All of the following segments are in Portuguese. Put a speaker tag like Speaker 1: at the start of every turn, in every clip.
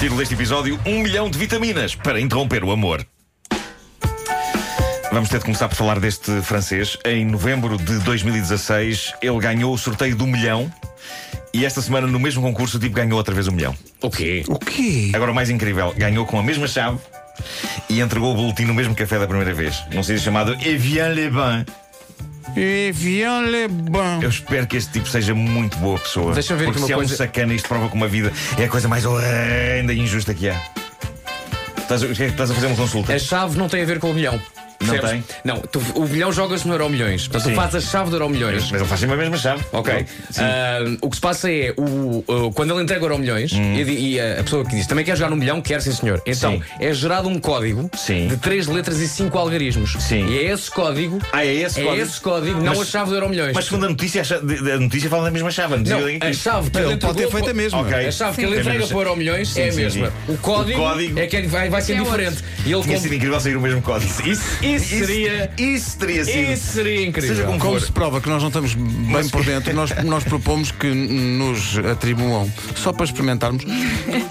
Speaker 1: Título deste episódio: Um milhão de vitaminas para interromper o amor. Vamos ter de começar por falar deste francês. Em novembro de 2016, ele ganhou o sorteio do milhão. E esta semana, no mesmo concurso, o tipo ganhou outra vez o milhão.
Speaker 2: O quê?
Speaker 3: O quê?
Speaker 1: Agora, o mais incrível, ganhou com a mesma chave e entregou o boletim no mesmo café da primeira vez. Num sítio chamado Evian Le Bain.
Speaker 3: Evian Leban.
Speaker 1: Eu espero que este tipo seja muito boa pessoa.
Speaker 2: Deixa-me ver
Speaker 1: Porque
Speaker 2: aqui uma
Speaker 1: se é um
Speaker 2: coisa.
Speaker 1: sacana, isto prova que uma vida é a coisa mais horrenda e injusta que há. Estás, a- o que é que estás a fazer uma consulta?
Speaker 2: A chave não tem a ver com o milhão.
Speaker 1: Não
Speaker 2: Percebes?
Speaker 1: tem?
Speaker 2: Não, tu- o milhão jogas no Euro Milhões. Portanto,
Speaker 1: Sim.
Speaker 2: tu fazes a chave do Euro Milhões.
Speaker 1: Mas ele faz sempre a mesma chave.
Speaker 2: Ok.
Speaker 1: Sim.
Speaker 2: Ah, o que se passa é o, o- quando ele entrega o Euro Milhões e, di- e a, a pessoa que diz também quer jogar no milhão, quer sim senhor. Então
Speaker 1: Hum. Sim.
Speaker 2: é gerado um código
Speaker 1: Sim.
Speaker 2: de três letras e cinco algarismos.
Speaker 1: Sim.
Speaker 2: E é esse código,
Speaker 1: Ah, é esse
Speaker 2: é
Speaker 1: código?
Speaker 2: esse código, não
Speaker 1: Mas-
Speaker 2: a chave do Euro Milhões.
Speaker 1: Mas segundo a notícia, a cha- de- de- a notícia fala da mesma chave. Não,
Speaker 2: não,
Speaker 1: diz ninguém que-
Speaker 2: a chave
Speaker 1: então,
Speaker 2: que ele
Speaker 3: Ele pode ter
Speaker 2: entregou-
Speaker 3: feito a mesma.
Speaker 1: Ok.
Speaker 2: A chave que ele
Speaker 1: Tem
Speaker 2: entrega
Speaker 1: mesmo-
Speaker 2: para o Euro Milhões é a
Speaker 1: Sim, sim,
Speaker 2: mesma.
Speaker 1: sim.
Speaker 2: O, código
Speaker 1: O código-
Speaker 2: é que vai, vai ser
Speaker 4: É
Speaker 2: diferente. E ele
Speaker 1: Tinha
Speaker 2: comp-
Speaker 1: sido incrível sair o mesmo código.
Speaker 2: Isso, isso seria.
Speaker 1: Isso teria sido.
Speaker 2: Isso seria incrível.
Speaker 1: Seja como
Speaker 3: Como
Speaker 1: for.
Speaker 3: se prova que nós não estamos bem por dentro, nós, nós propomos que nos atribuam, só para experimentarmos,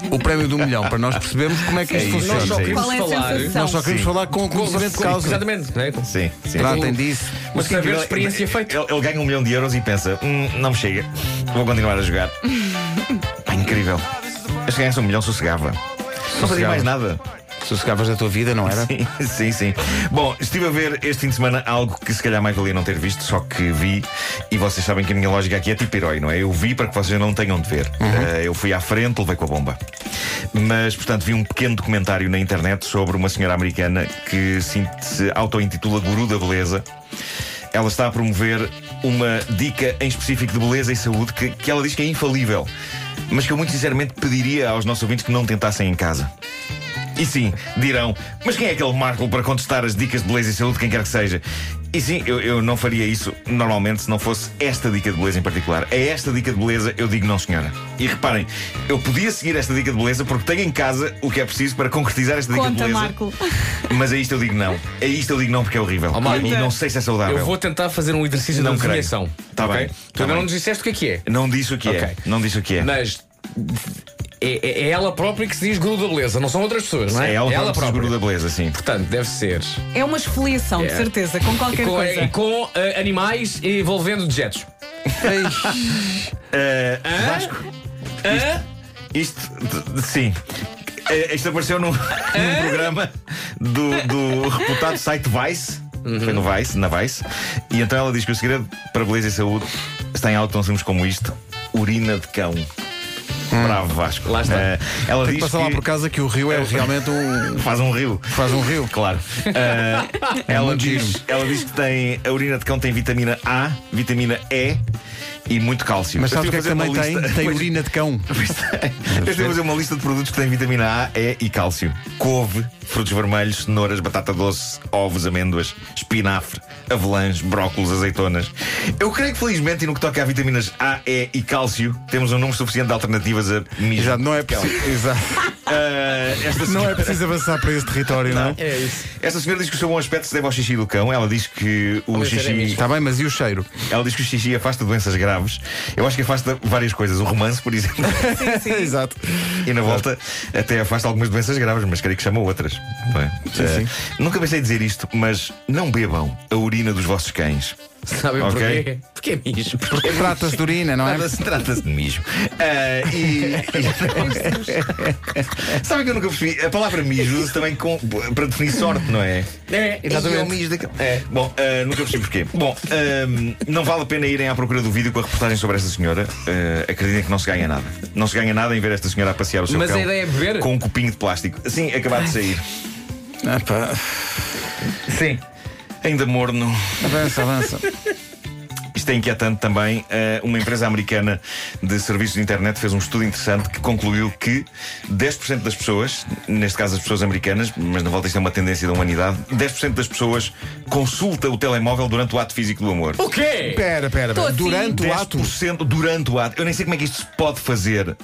Speaker 3: o prémio do milhão, para nós percebermos como é que
Speaker 1: É
Speaker 3: isto
Speaker 1: isso,
Speaker 3: funciona.
Speaker 2: Nós só
Speaker 1: Sim,
Speaker 2: queremos
Speaker 4: Qual é a
Speaker 2: falar.
Speaker 4: sensação?
Speaker 3: Nós só queremos
Speaker 1: Sim.
Speaker 3: falar com o conhecimento de causa.
Speaker 2: Exatamente, não é?
Speaker 1: Sim, sim.
Speaker 3: Tratem disso.
Speaker 2: Mas
Speaker 1: que
Speaker 2: saber de experiência feita.
Speaker 1: é- Ele, ele ganha um milhão de euros e pensa: "Hum, não me chega, vou continuar a jogar. Pá, incrível. Acho que ganhasse um milhão sossegava. Não fazia
Speaker 3: Sossegava.
Speaker 1: mais nada.
Speaker 3: Sossegavas da tua vida, não era?
Speaker 1: Sim, sim, sim. Bom, estive a ver este fim de semana algo que se calhar mais valia não ter visto, só que vi, e vocês sabem que a minha lógica aqui é tipo herói, não é? Eu vi para que vocês não tenham de ver. Eh, eu fui à frente, levei com a bomba. Mas, portanto, vi um pequeno documentário na internet sobre uma senhora americana que se in- se auto-intitula Guru da Beleza. Ela está a promover uma dica em específico de beleza e saúde que, que ela diz que é infalível, mas que eu muito sinceramente pediria aos nossos ouvintes que não tentassem em casa. E sim, dirão, mas quem é aquele Marco para contestar as dicas de beleza e saúde, de quem quer que seja? E sim, eu, eu não faria isso normalmente se não fosse esta dica de beleza em particular. A esta dica de beleza eu digo não, senhora. E reparem, eu podia seguir esta dica de beleza porque tenho em casa o que é preciso para concretizar esta dica de
Speaker 4: Conta,
Speaker 1: beleza.
Speaker 4: Marco.
Speaker 1: Mas a isto eu digo não. A isto eu digo não porque é horrível.
Speaker 2: Oh, Marco,
Speaker 1: e não sei se é saudável.
Speaker 2: Eu vou tentar fazer um exercício
Speaker 1: Não
Speaker 2: de
Speaker 1: creio.
Speaker 2: adivinhação.
Speaker 1: Tá
Speaker 2: ok?
Speaker 1: bem,
Speaker 2: Tu
Speaker 1: tá
Speaker 2: ainda não
Speaker 1: bem.
Speaker 2: nos disseste o que é que é.
Speaker 1: Não disse o que é.
Speaker 2: Ok.
Speaker 1: Não disse o que é.
Speaker 2: Mas é, é- é ela própria que se diz guru da beleza, não são outras pessoas, não é?
Speaker 1: é ela, ela própria. Guru da beleza, sim.
Speaker 2: Portanto, deve ser.
Speaker 4: É uma esfoliação, de
Speaker 2: É.
Speaker 4: certeza, com qualquer
Speaker 2: com
Speaker 4: coisa.
Speaker 2: e com, eh, animais envolvendo dejetos.
Speaker 1: Eh, Vasco,
Speaker 2: Hã?
Speaker 1: Isto, d- d- sim. Eh, Isto apareceu num, num programa do, do reputado site Vice. Foi no Vice, na Vice. E então ela diz que o segredo para beleza e saúde está em algo tão simples como isto: urina de cão. Bravo Vasco.
Speaker 2: Lá está.
Speaker 1: Eh, ela
Speaker 3: Tem que
Speaker 1: diz
Speaker 3: passar lá por casa que o rio é realmente um.
Speaker 1: faz um rio.
Speaker 3: Faz um rio. É
Speaker 1: Claro. Ah, ela,
Speaker 3: muito
Speaker 1: diz,
Speaker 3: giro.
Speaker 1: ela diz que tem a urina de cão tem vitamina A, vitamina E e muito cálcio.
Speaker 3: Mas
Speaker 1: Eu
Speaker 3: sabes o que é
Speaker 1: estive
Speaker 3: que
Speaker 1: a
Speaker 3: também tem?
Speaker 1: fazer uma lista-
Speaker 3: Tem
Speaker 1: Pois,
Speaker 3: urina de cão.
Speaker 1: pois tem. Eu estive a fazer uma lista de produtos que têm vitamina A, E e cálcio. Couve, frutos vermelhos, cenouras, batata doce, ovos, amêndoas, espinafre, avelãs, brócolos, azeitonas. Eu creio que felizmente e no que toca a vitaminas A, E e cálcio, temos um número suficiente de alternativas a mijo.
Speaker 3: Exato, não é
Speaker 1: de cão.
Speaker 3: preciso. Exato.
Speaker 1: Ah, esta
Speaker 3: Não é
Speaker 1: senhora-
Speaker 3: preciso avançar para esse território, não é?
Speaker 2: É isso.
Speaker 1: Esta senhora diz que o seu bom aspecto se deve ao xixi do cão. Ela diz que o
Speaker 2: Mas era
Speaker 1: xixi.
Speaker 2: mesmo.
Speaker 3: Está bem, mas e o cheiro?
Speaker 1: Ela diz que o xixi afasta doenças graves. Eu acho que afasta várias coisas. O romance, por exemplo.
Speaker 3: Exato.
Speaker 1: e na volta até afasta algumas doenças graves, mas creio que chama outras. não é? Eh, Nunca pensei dizer isto, mas não bebam a urina dos vossos cães.
Speaker 2: Sabem
Speaker 1: Ok.
Speaker 2: porquê? Porque é mijo. Porque
Speaker 3: Trata-se de urina, não é?
Speaker 1: Trata-se trata-se de mijo. Ah, e, e- Sabem que eu nunca percebi? A palavra mijo usa também com- para definir sorte, não é?
Speaker 2: É,
Speaker 1: E é o
Speaker 2: exatamente.
Speaker 1: mijo daquele- É. Bom, ah, nunca percebi porquê. Bom, ahm, não vale a pena irem à procura do vídeo com a reportagem sobre esta senhora. Ah, acreditem que não se ganha nada. Não se ganha nada em ver esta senhora a passear o seu
Speaker 2: Mas a
Speaker 1: cão
Speaker 2: ideia é beber?
Speaker 1: com um copinho de plástico. Sim, acabado de sair.
Speaker 3: Ah, pá.
Speaker 2: Sim.
Speaker 1: Ainda morno.
Speaker 3: Avança, avança.
Speaker 1: Isto é inquietante também. Eh, uma empresa americana de serviços de internet fez um estudo interessante que concluiu que 10% das pessoas, neste caso as pessoas americanas, mas na volta isto é uma tendência da humanidade, 10% das pessoas consulta o telemóvel durante o ato físico do amor.
Speaker 2: O quê?
Speaker 3: Pera, pera.
Speaker 4: Tô
Speaker 3: pera.
Speaker 4: assim.
Speaker 3: Durante o ato.
Speaker 1: 10% durante o ato. Eu nem sei como é que isto se pode fazer.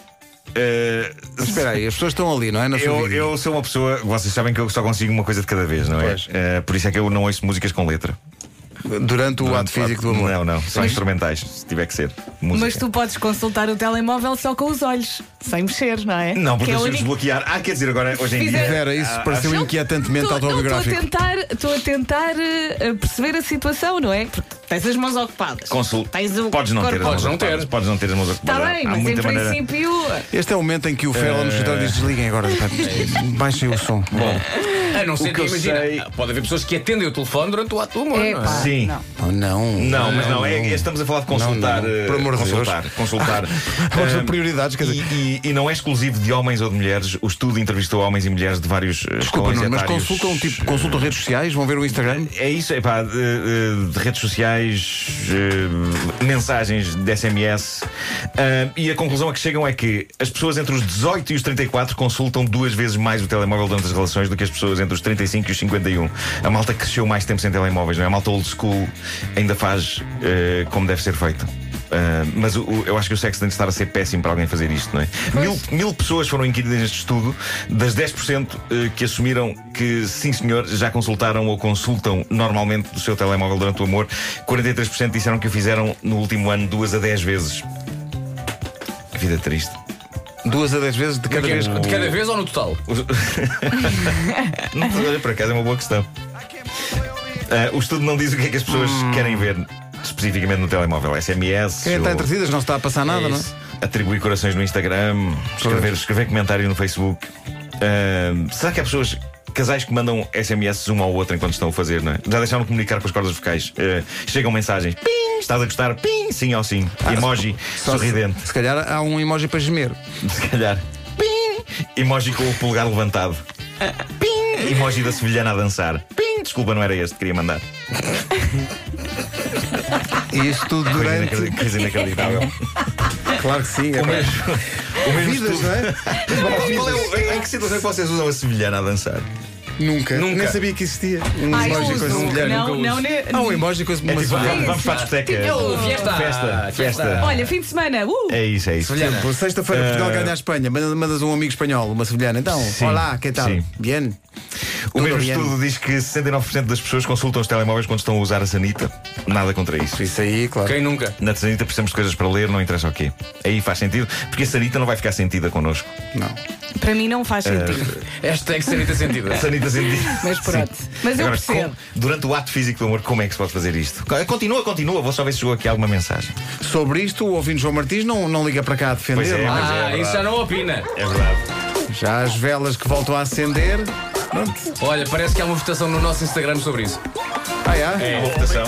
Speaker 1: Eh,
Speaker 3: Espera aí, as pessoas estão ali, não é? Na sua
Speaker 1: eu,
Speaker 3: vida.
Speaker 1: eu sou uma pessoa, vocês sabem que eu só consigo uma coisa de cada vez, não é?
Speaker 3: Pois.
Speaker 1: Eh, por isso é que eu não ouço músicas com letra.
Speaker 3: Durante o ato físico do amor.
Speaker 1: Não, não, são
Speaker 4: Mas-
Speaker 1: instrumentais, se tiver que ser. Música.
Speaker 4: Mas tu podes consultar o telemóvel só com os olhos, sem mexer, não é?
Speaker 1: Não,
Speaker 4: Que
Speaker 1: porque
Speaker 4: é
Speaker 1: eu
Speaker 4: o
Speaker 1: se
Speaker 4: único-
Speaker 1: desbloquear. Ah, quer dizer, agora hoje em
Speaker 4: Fizer-
Speaker 1: dia.
Speaker 3: Vera, isso
Speaker 1: Ah,
Speaker 3: pareceu
Speaker 4: Não,
Speaker 3: inquietamente
Speaker 4: tô- não, Estou a
Speaker 3: autobiográfico.
Speaker 4: tentar, estou a tentar eh, a perceber a situação, não é? Porque tens as mãos ocupadas.
Speaker 1: Consul...
Speaker 4: Tens o
Speaker 1: Podes não ter as
Speaker 4: corpo-
Speaker 1: mãos
Speaker 2: Podes não ter.
Speaker 1: ocupadas, Podes não ter as mãos
Speaker 4: Está
Speaker 1: ocupadas.
Speaker 4: bem,
Speaker 1: Há
Speaker 4: mas em
Speaker 1: muita maneira.
Speaker 4: princípio.
Speaker 3: Este é o momento em que o Fela no escritório diz desliguem agora. pá, Baixem o som.
Speaker 1: É Bom,
Speaker 2: A não ser
Speaker 1: que
Speaker 2: que,
Speaker 1: eu
Speaker 2: imagina,
Speaker 1: sei-
Speaker 2: pode haver pessoas que atendem o telefone durante o ato do amor. não é?
Speaker 4: Epá,
Speaker 1: Sim.
Speaker 4: não.
Speaker 3: Oh, não.
Speaker 1: não, mas não, é, é- estamos a falar de consultar.
Speaker 3: Não, não, não. Por
Speaker 1: eh,
Speaker 3: amor de
Speaker 1: consultar,
Speaker 3: Deus.
Speaker 1: Consultar.
Speaker 3: Agora são
Speaker 1: Ah,
Speaker 3: prioridades, quer dizer-
Speaker 1: E, e- e não é exclusivo de homens ou de mulheres. O estudo entrevistou homens e mulheres de vários. eh,
Speaker 3: Desculpa,
Speaker 1: escalões
Speaker 3: Nuno, mas
Speaker 1: etários.
Speaker 3: consultam, tipo, consultam redes sociais, vão ver o Instagram.
Speaker 1: É isso, é pá, de, eh, de redes sociais, eh, mensagens de SMS. Ah, e a conclusão a que chegam é que as pessoas entre os 18 e os 34 consultam duas vezes mais o telemóvel durante as relações do que as pessoas entre os 35 e os 51. A malta cresceu mais tempo sem telemóveis, não é? A malta old school ainda faz eh, como deve ser feito. Ah, mas o- o- eu acho que o sexo tem de estar a ser péssimo para alguém fazer isto, não é? Mil, mil pessoas foram inquiridas neste estudo, das 10% eh, que assumiram que, sim senhor, já consultaram ou consultam normalmente do seu telemóvel durante o amor, 43% disseram que o fizeram no último ano duas a 10 vezes. Que vida triste.
Speaker 3: Duas a dez vezes de cada vez.
Speaker 2: De cada vez ou no total?
Speaker 1: Não, Olha, por acaso é uma boa questão. Ah, o estudo não diz o que é que as pessoas querem ver especificamente no telemóvel. SMS.
Speaker 3: Hum. Quem é está
Speaker 1: ou-
Speaker 3: entretidas não se está a passar nada,
Speaker 2: É
Speaker 3: não é?
Speaker 2: isso.
Speaker 1: Atribuir corações no Instagram, escrever, escrever comentário no Facebook. Ahm, será que há pessoas, casais que mandam SMS um ao outro enquanto estão a fazer, não é? Já deixaram de comunicar com as cordas vocais. Ah, chegam mensagens. Pim! Estás a gostar? Pim! Sim ou sim. Emoji
Speaker 3: Ah, Só se-
Speaker 1: sorridente.
Speaker 3: Se calhar há um emoji para gemer.
Speaker 1: Se calhar. Pim! Emoji com o polegar levantado. Pim! Emoji da sevilhana a dançar. Pim! Desculpa, não era este que queria mandar.
Speaker 3: E isto tudo
Speaker 1: Coisa
Speaker 3: durante.
Speaker 1: inacredi- coisa inacreditável.
Speaker 3: Claro que sim, é
Speaker 1: O
Speaker 3: pá.
Speaker 1: mesmo. O mesmo
Speaker 3: Vidas,
Speaker 1: estudo-
Speaker 3: não é?
Speaker 1: Qual- qual é o- em- em que situação é que vocês usam a sevilhana a dançar?
Speaker 3: Nunca.
Speaker 1: Nunca.
Speaker 3: Nem sabia que existia. Um
Speaker 4: Ah, eu
Speaker 3: emoji com
Speaker 4: uso.
Speaker 3: essa mulher.
Speaker 4: Não,
Speaker 3: nunca uso.
Speaker 4: não, ne-
Speaker 3: Há um emoji com essa
Speaker 1: É
Speaker 3: uma
Speaker 1: tipo,
Speaker 3: mulher.
Speaker 1: vamos, vamos para a discoteca.
Speaker 2: Tipo, fiesta.
Speaker 1: Festa. Festa.
Speaker 2: Fiesta.
Speaker 4: Olha, fim de semana. Uh!
Speaker 1: É isso, é isso.
Speaker 2: Sevilhana.
Speaker 3: Por sexta-feira Portugal ganha a Espanha. Manda- Mandas um amigo espanhol, uma sevilhana. Então,
Speaker 1: Sim.
Speaker 3: olá, que tal?
Speaker 1: Sim.
Speaker 3: Bien.
Speaker 1: O mesmo
Speaker 3: Tudo bien.
Speaker 1: estudo diz que 69% das pessoas consultam os telemóveis quando estão a usar a sanita. Nada contra isso.
Speaker 3: Isso aí, claro.
Speaker 2: Quem nunca?
Speaker 1: Na sanita precisamos de coisas para ler, não interessa o quê. Aí faz sentido, porque a sanita não vai ficar sentida connosco.
Speaker 3: Não.
Speaker 4: Para mim não faz sentido.
Speaker 2: Esta é que seria sentido.
Speaker 1: Sanita sentida.
Speaker 4: Mas pronto. Mas eu
Speaker 1: Agora,
Speaker 4: percebo.
Speaker 1: com- durante o ato físico do amor, como é que se pode fazer isto? Continua, continua, vou só ver se chegou aqui alguma mensagem.
Speaker 3: Sobre isto, o ouvinte João Martins não, não liga para cá a defender.
Speaker 1: Pois é,
Speaker 3: não é?
Speaker 1: mas é
Speaker 2: Ah,
Speaker 1: verdade.
Speaker 2: isso já não opina.
Speaker 1: É verdade.
Speaker 3: Já as velas que voltam a acender. Pronto.
Speaker 2: Olha, parece que
Speaker 3: é?
Speaker 2: há uma votação no nosso Instagram sobre isso.
Speaker 3: Ah, já?
Speaker 1: É uma votação.